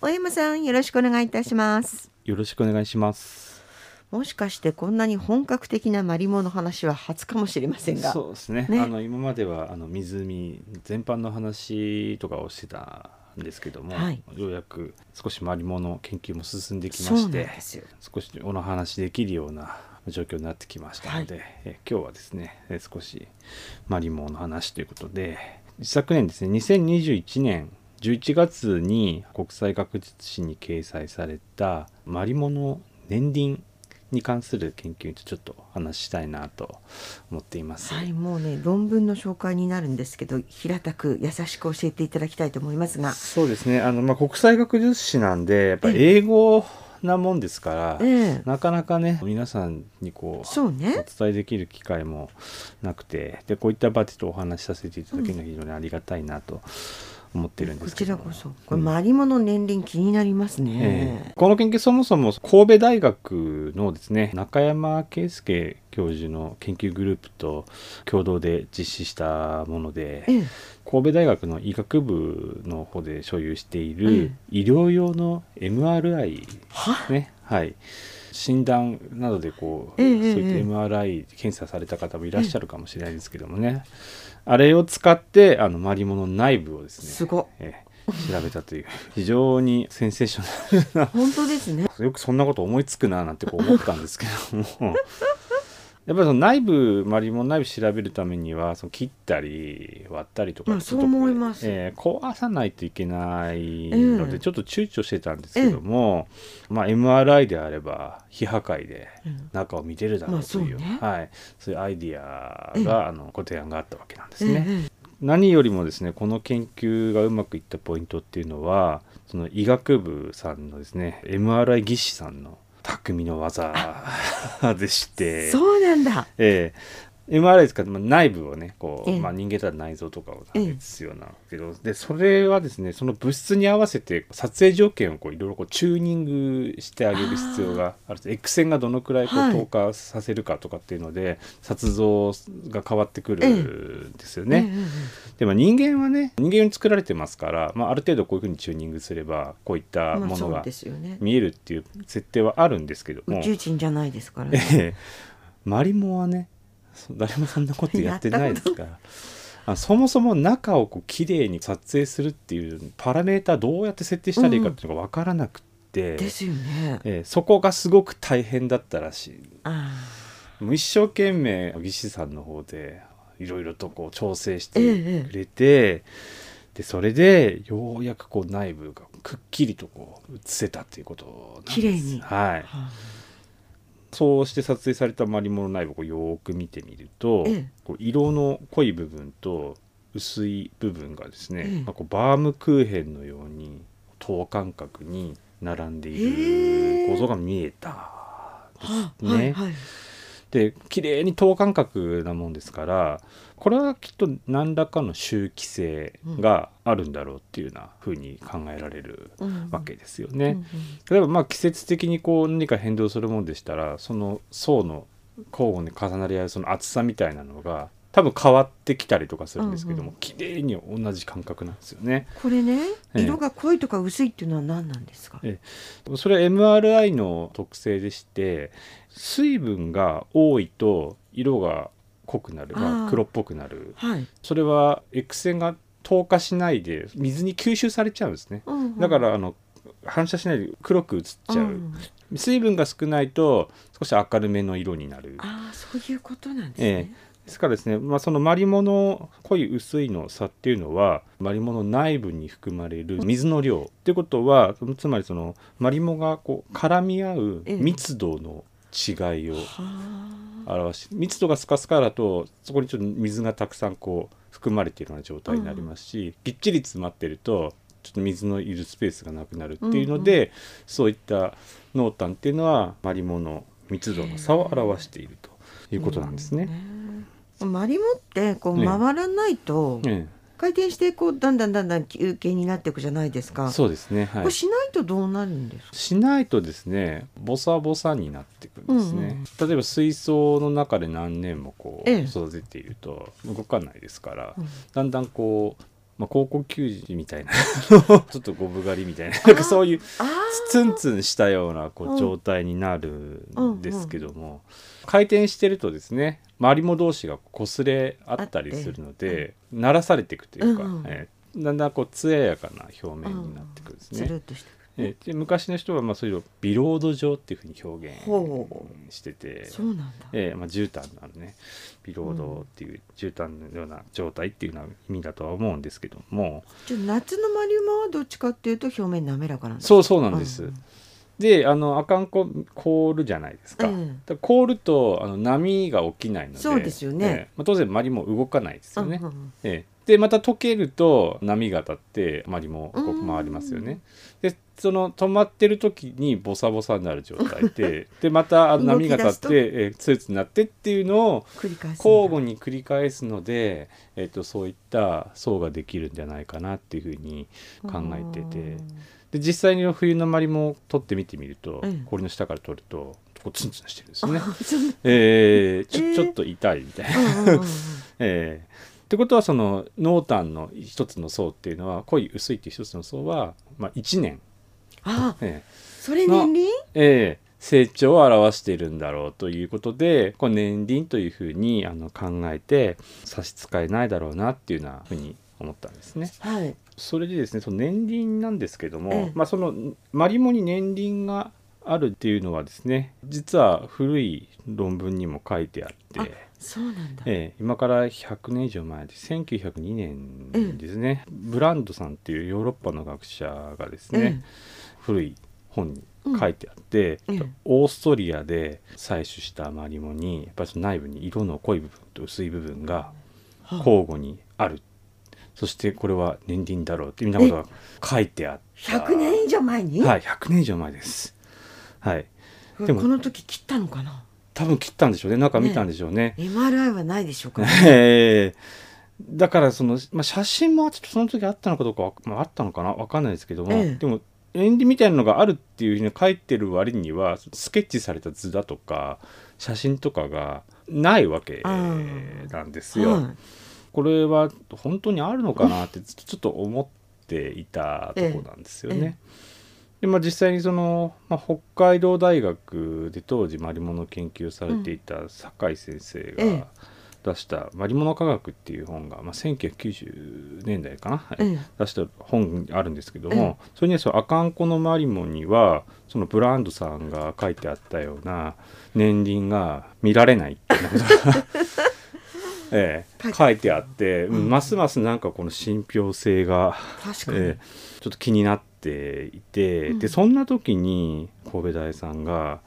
お山さんよろしくお願いいたしますよろしくお願いします。もしかしてこんなに本格的なマリモの話は初かもしれませんがそうですね。ねあの今まではあの湖全般の話とかをしてたんですけども、はいようやく少し回り物研究も進んできそまうしなんてで、すよ少しお話できるような状況になってきましたので、え今日はですね、え少しマリモの話ということで、昨年ですね、2021年11月に国際学術誌に掲載されたマリモの年輪に関する研究にちょっとお話ししたいなと思っています。はいもうね論文の紹介になるんですけど平たく優しく教えていただきたいと思いますがそうですね、あのまあ、国際学術誌なんで、やっぱり英語なもんですから、ええなかなかね、皆さんにこう、そうねお伝えできる機会もなくてでこういった場でちょっとお話しさせていただけるのは非常にありがたいなと思ってるんでこすけちどらも、こそこれうんマリモの年輪気になりますね、ええこの研究そもそも神戸大学のですね中山圭介教授の研究グループと共同で実施したもので、ええ神戸大学の医学部の方で所有していえる医療用の MRI はねはい、診断などでこう、ええそうえいえった MRI 検査された方もいらっしゃるかもしれないですけどもね、あれを使ってあのマリモの内部をですねすごっええ調べたという非常にセンセーショナル本当ですねなよくそんなこと思いつくななんてこう思ったんですけども。 やっぱりその内部マリモの内部調べるためにはその切ったり割ったりとうかんちょっそうと思いますえー壊さないといけないのええでちょっと躊躇してたんですけども、まあ、MRI であれば非破壊でうん中を見れるだろまあうという,、そうねはい、そういうアイディアええが、あのご提案があったわけなんですね。え何よりもですねこの研究がうまくいったポイントっていうのはその医学部さんのですね MRI 技師さんの匠の技でしえて。そうなんだええ MRI ですから、まあ、内部をねこう、ええまあ、人間だったら内臓とかを外すようなけど、でそれはですねその物質に合わせて撮影条件をこういろいろこうチューニングしてあげる必要がある X 線がどのくらいこはうい透過させるかとかっていうので、撮像が変わってくええるんですよええね。でも人間はね人間に作られてますから、まあ、ある程度こういうふうにチューニングすればこういっまたあものそうがですよね見えるっていう設定はあるんですけども。宇宙人じゃないですからねええ、マリモはねそ誰もそんなことやってないですからあそもそも中をこう綺麗に撮影するっていうパラメータどうやって設定したらいいかっていうのが分からなくって、ですよねええそこがすごく大変だったらしいあもう一生懸命技師さんの方でいろいろとこう調整してええくれて、でそれでようやくこう内部がくっきりとこう映せたっていうことなんです綺麗にはあ、いはあそうして撮影されたマリモの内部をこうよーく見てみると、ええこう色の濃い部分と薄い部分がですね、ええまあ、こうバームクーヘンのように等間隔に並んでへいえる構造が見えた。はあねはいはいで綺麗に等間隔なもんですからこれはきっと何らかの周期性があるんだろうっていうような風に考えられるうんわけですよね。うんうん例えばまあ季節的にこう何か変動するもんでしたらその層の交互に重なり合うその厚さみたいなのが多分変わってきたりとかするんですけうんどうも、綺麗に同じ感覚なんですよね。これねええ色が濃いとか薄いっていうのは何なんですかえそれは MRI の特性でして水分が多いと色が濃くなる、まあーあ、黒っぽくなるはいそれは X 線が透過しないで水に吸収されちゃうんですね。うんうんだからあの反射しないで黒く映っちゃう、ん水分が少ないと少し明るめの色になるああそういうことなんですえね。ですからですね、まあ、そのマリモの濃い薄いの差っていうのはマリモの内部に含まれる水の量っていうことはつまりそのマリモがこう絡み合うええ密度の違いをはあ。表して密度がスカスカだとそこにちょっと水がたくさんこう含まれているような状態になりますし、ぎっちり詰まってるとちょっと水のいるスペースがなくなるっていうので、そういった濃淡っていうのはマリモの密度の差を表しているということなんですね。うん。マリモってこうええ回らないとえ回転してこうだんだんだんだん休憩になっていくじゃないですえ、か。そうですね、はこれい、しないとどうなるんですか。しないとですねボサボサになってくるんですね、例えば水槽の中で何年もこうええ育てていると動かないですから、うんだんだんこうまあ、高校球児み たいなちょっとゴブ狩りみたいななんかそういうあツンツンしたようなこうんう状態になるんですけども、回転してるとですね周りも同士が擦れ合ったりするので、鳴らされていくというか、うんうんえーだんだんこう艶やかな表面になってくるんですあ、つね。るっとした。えーで昔の人はまあそういうのをビロード状っていうふうに表現ほしてて、そうなんだ。えーまあ、絨毯のあるねビロードっていう絨毯のような状態っていうのは意味だとは思うんですけども、じゃあ夏のマリウマはどっちかっていうと表面滑らかなんだ。そうそうなんです。うんであのアカンコ凍るじゃないですか。うんだから凍るとあの波が起きないのでそうですよねええまあ、当然マリも動かないですよね。うんうんうんええでまた溶けると波が立ってマリもこううん回りますよね。でその止まってる時にボサボサになる状態 ででまたあの波が立っ動て、ええ、スーツになってっていうのを繰り返すんだ。交互に繰り返すので、えっとそういった層ができるんじゃないかなっていうふうに考えてて。で実際に冬のマリも取ってみてみると、ええ氷の下から取るとこうツンツンしてるんですあよー。ね。あそんなえーちょえーちょっと痛いみたいな。 うんうんうんうんえーってことはその濃淡の一つの層っていうのは濃い薄いっていう一つの層は、まあ、1年、あー、えそれ年輪？ーえー成長を表しているんだろうということでこう年輪というふうにあの考えて差し支えないだろうなっていうようなふうに思ったんですね。はい。それでですねその年輪なんですけども、ええまあ、そのマリモに年輪があるっていうのはですね実は古い論文にも書いてあってあそうなんだ。ええ今から100年以上前で1902年ですね、ブランドさんっていうヨーロッパの学者がですね、古い本に書いてあって、うんうんオーストリアで採取したマリモにやっぱりその内部に色の濃い部分と薄い部分がはあ交互にあるそしてこれは年輪だろうっていうようなことが書いてあった100年以上前に、はい100年以上前ですはいでもこの時切ったのかな多分切ったんでしょうね中見たんでしょうね MRI はないでしょう かええだからその、まあ、写真もちょっとその時あったのかどうかは、まあ、あったのかなわかんないですけども、ええでも年輪みたいなのがあるっていうふうに書いてる割にはスケッチされた図だとか写真とかがないわけなんですよ。はいこれは本当にあるのかなってちょちょっと思っていたところなんですよね。ええでまあ、実際にその、まあ、北海道大学で当時マリモの研究をされていた酒井先生ええが出した「マリモの科学」っていう本が、まあ、1990年代かな、はいええ出した本があるんですけどえも、それにはその「アカンコのマリモ」にはそのブランドさんが書いてあったような 年輪が見られないっていうようなことが ええ、書いてあって、うんうんますますなんかこの信憑性が、確かに、ええ、ちょっと気になっていて、うんでそんな時に神戸大さんが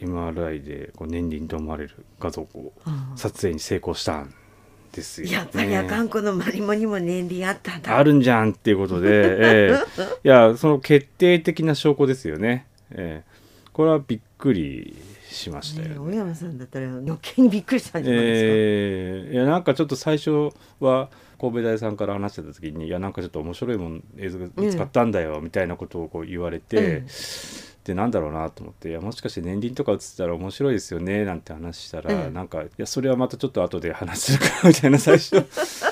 MRI でこう年輪と思われる画像をうん撮影に成功したんですよ、ね。やっぱりあかんこのマリモにも年輪あったんだあるんじゃんっていうことで、ええいやその決定的な証拠ですよね、ええこれはびっくりしましたよねえね。小山さんだったら余計にびっくりしたんじゃないですええいやなんかちょっと最初は神戸大さんから話してた時に「いやなんかちょっと面白いもん映像が見つかったんだよ」みたいなことをこう言われて、うんでなんだろうなと思って「いやもしかして年輪とか映ってたら面白いですよね」なんて話したら、うんなんか「いやそれはまたちょっと後で話するから」み たいな最初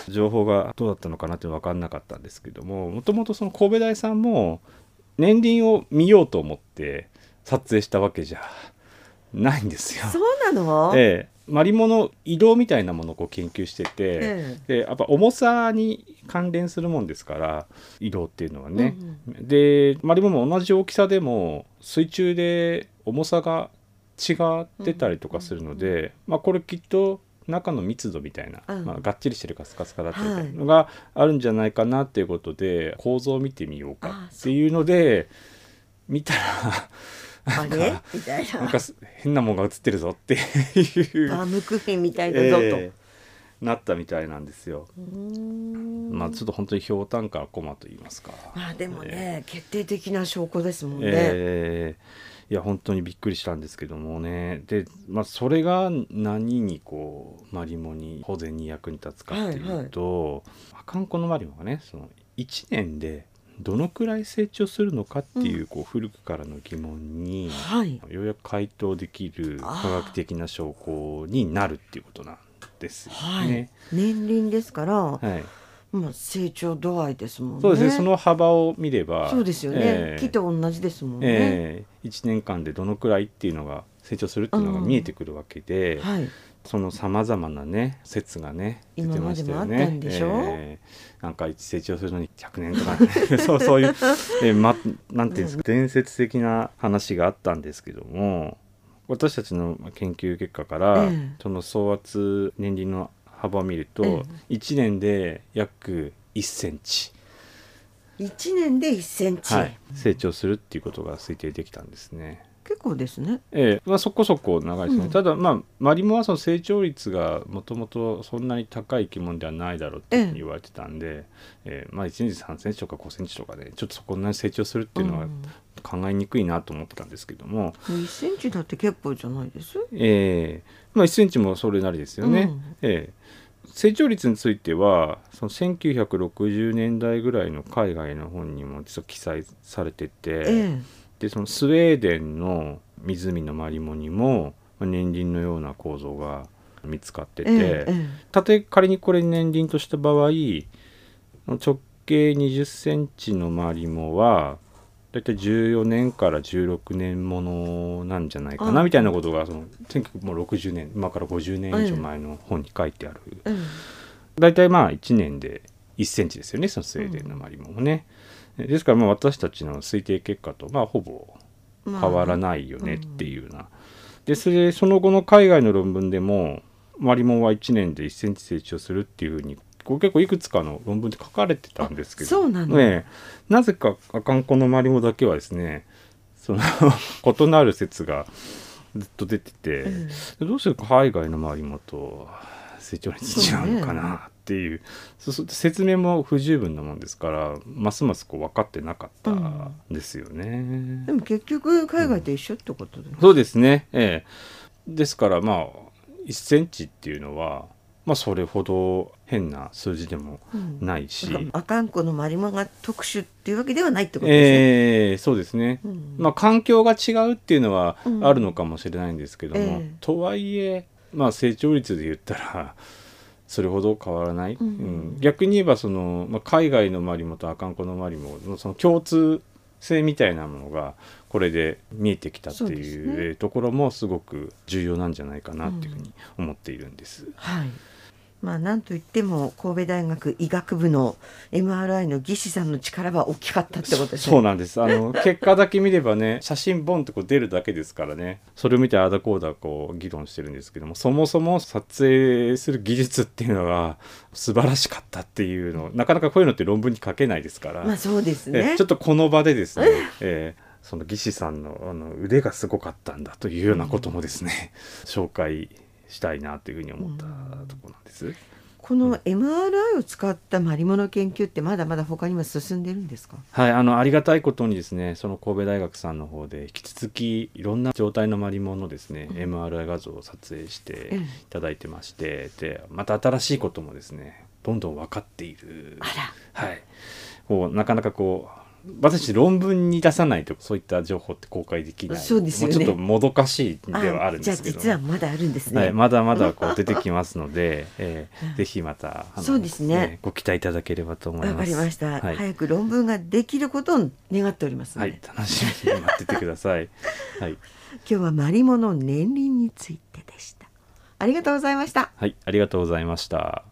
情報がどうだったのかなって分かんなかったんですけどももともとその神戸大さんも年輪を見ようと思って撮影したわけじゃないんですよか。そうなの、ええ、マリモの移動みたいなものをこう研究してて、ええでやっぱ重さに関連するもんですから移動っていうのはね、うんでマリモも同じ大きさでも水中で重さが違ってたりとかするので、まあ、これきっと中の密度みたいな、うんまあ、がっちりしてるかスカスカだったりみたいなのがあるんじゃないかなっていうことで構造を見てみようかっていうので見たらあれみたいなんなかす変なもんが映ってるぞっていうバームクーヘンみたいだぞと、ええなったみたいなんですよ。うーんまあちょっと本当にひょうたんからコマと言いますか。まあでもね、決定的な証拠ですもんね、ええいや本当にびっくりしたんですけどもねで、まあ、それが何にこうマリモに保全に役に立つかっていうと、アカンコのマリモがねその1年でどのくらい成長するのかっていう,、こう古くからの疑問にはいようやく回答できる科学的な証拠になるっていうことなんですよはい、ね。年輪ですから、はいまあ、成長度合いですもんね。そうですねその幅を見ればそうですよね、えー木と同じですもんね。え1年間でどのくらいっていうのが成長するっていうのが見えてくるわけで、はい、そのさまざまなね説がね出てましたよ今までもあね。ったんでしょえーなんか成長するのに100年とか、 ね、そうそういう、えーま、なんていうんですか伝説的な話があったんですけども私たちの研究結果から、ええその総圧年輪の幅を見るえと、一1年で約1センチ、一年で一センチ、はい、成長するっていうことが推定できたんですね。結構ですね。ええまあ、そこそこ長いですね、うんただまあマリモはその成長率がもともとそんなに高い生き物ではないだろうっていうふうにええ言われてたんで、ええまあ、1日3センチとか5センチとかでちょっとそこんなに成長するっていうのはん考えにくいなと思ってたんですけども、 1センチだって結構じゃないです。ええまあ、1センチもそれなりですよね。うんええ成長率についてはその1960年代ぐらいの海外の本にも実は記載されてて。えでそのスウェーデンの湖のマリモにもまあ年輪のような構造が見つかってえて、ええたとえ仮にこれ年輪とした場合直径2 0ンチのマリモはだいたい14年から16年ものなんじゃないかなあみたいなことがその1960年今から50年以上前の本に書いてある、ええだいたいまあ1年で1センチですよねそのスウェーデンのマリモもね。ですからまあ私たちの推定結果とまあほぼえまあ変わらないよねっていうような、でそれその後の海外の論文でもマリモンは1年で1センチ成長するっていうふうにこう結構いくつかの論文で書かれてたんですけどそうなのええなぜかアカンコのマリモだけはですね その異なる説がずっと出てて、えでどうして海外のマリモと成長率違うのかなっていうそうそう説明も不十分なもんですからますますこう分かってなかったんですよね。でも結局海外と一緒ってことで、そうですね。ええ。ですからまあ1センチっていうのはまあそれほど変な数字でもうんないし、なんかあかんこのマリモが特殊っていうわけではないってことですね。ええそうですね。うんまあ環境が違うっていうのはうんあるのかもしれないんですけども、ええとはいえまあ成長率で言ったらそれほど変わらない、うん逆に言えばその、まあ、海外のマリモとアカンコのマリモのその共通性みたいなものがこれで見えてきたってそうですいうねえーところもすごく重要なんじゃないかなっていうふうに思っているんです。はい。まあなんといっても神戸大学医学部の MRI の技師さんの力は大きかったってことですね。そうなんです あの結果だけ見ればね写真ボンってこう出るだけですからねそれを見てああだこうだこう議論してるんですけどもそもそも撮影する技術っていうのが素晴らしかったっていうのなかなかこういうのって論文に書けないですから、まあそうですえね。ちょっとこの場でですね、えーその技師さんのあの腕がすごかったんだというようなこともですね、紹介したいなというふうに思ったところなんです。この MRI を使ったマリモの研究ってまだまだ他にも進んでるんですか。はい、あのありがたいことにですねその神戸大学さんの方で引き続きいろんな状態のマリモのですね、MRI 画像を撮影していただいてまして、でまた新しいこともですねどんどん分かっているあら。はい、こうなかなかこう私たち論文に出さないとそういった情報って公開できないそうですよねもうちょっともどかしいではあるんですけどじゃあ実はまだあるんですね。はい、まだまだこう出てきますので、えーぜひまたあのそうですねえーご期待いただければと思います。わかりました、はい早く論文ができることを願っておりますのはで、い、楽しみに待っててください。はい、今日はマリモの年輪についてでしたありがとうございましたはい、ありがとうございました。